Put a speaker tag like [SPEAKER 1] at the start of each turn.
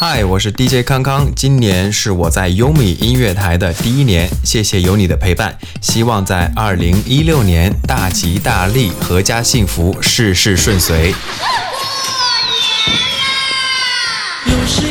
[SPEAKER 1] 嗨，我是 DJ 康康，今年是我在优米音乐台的第一年，谢谢有你的陪伴，希望在二零一六年大吉大利，阖家幸福，事事顺遂。
[SPEAKER 2] 有时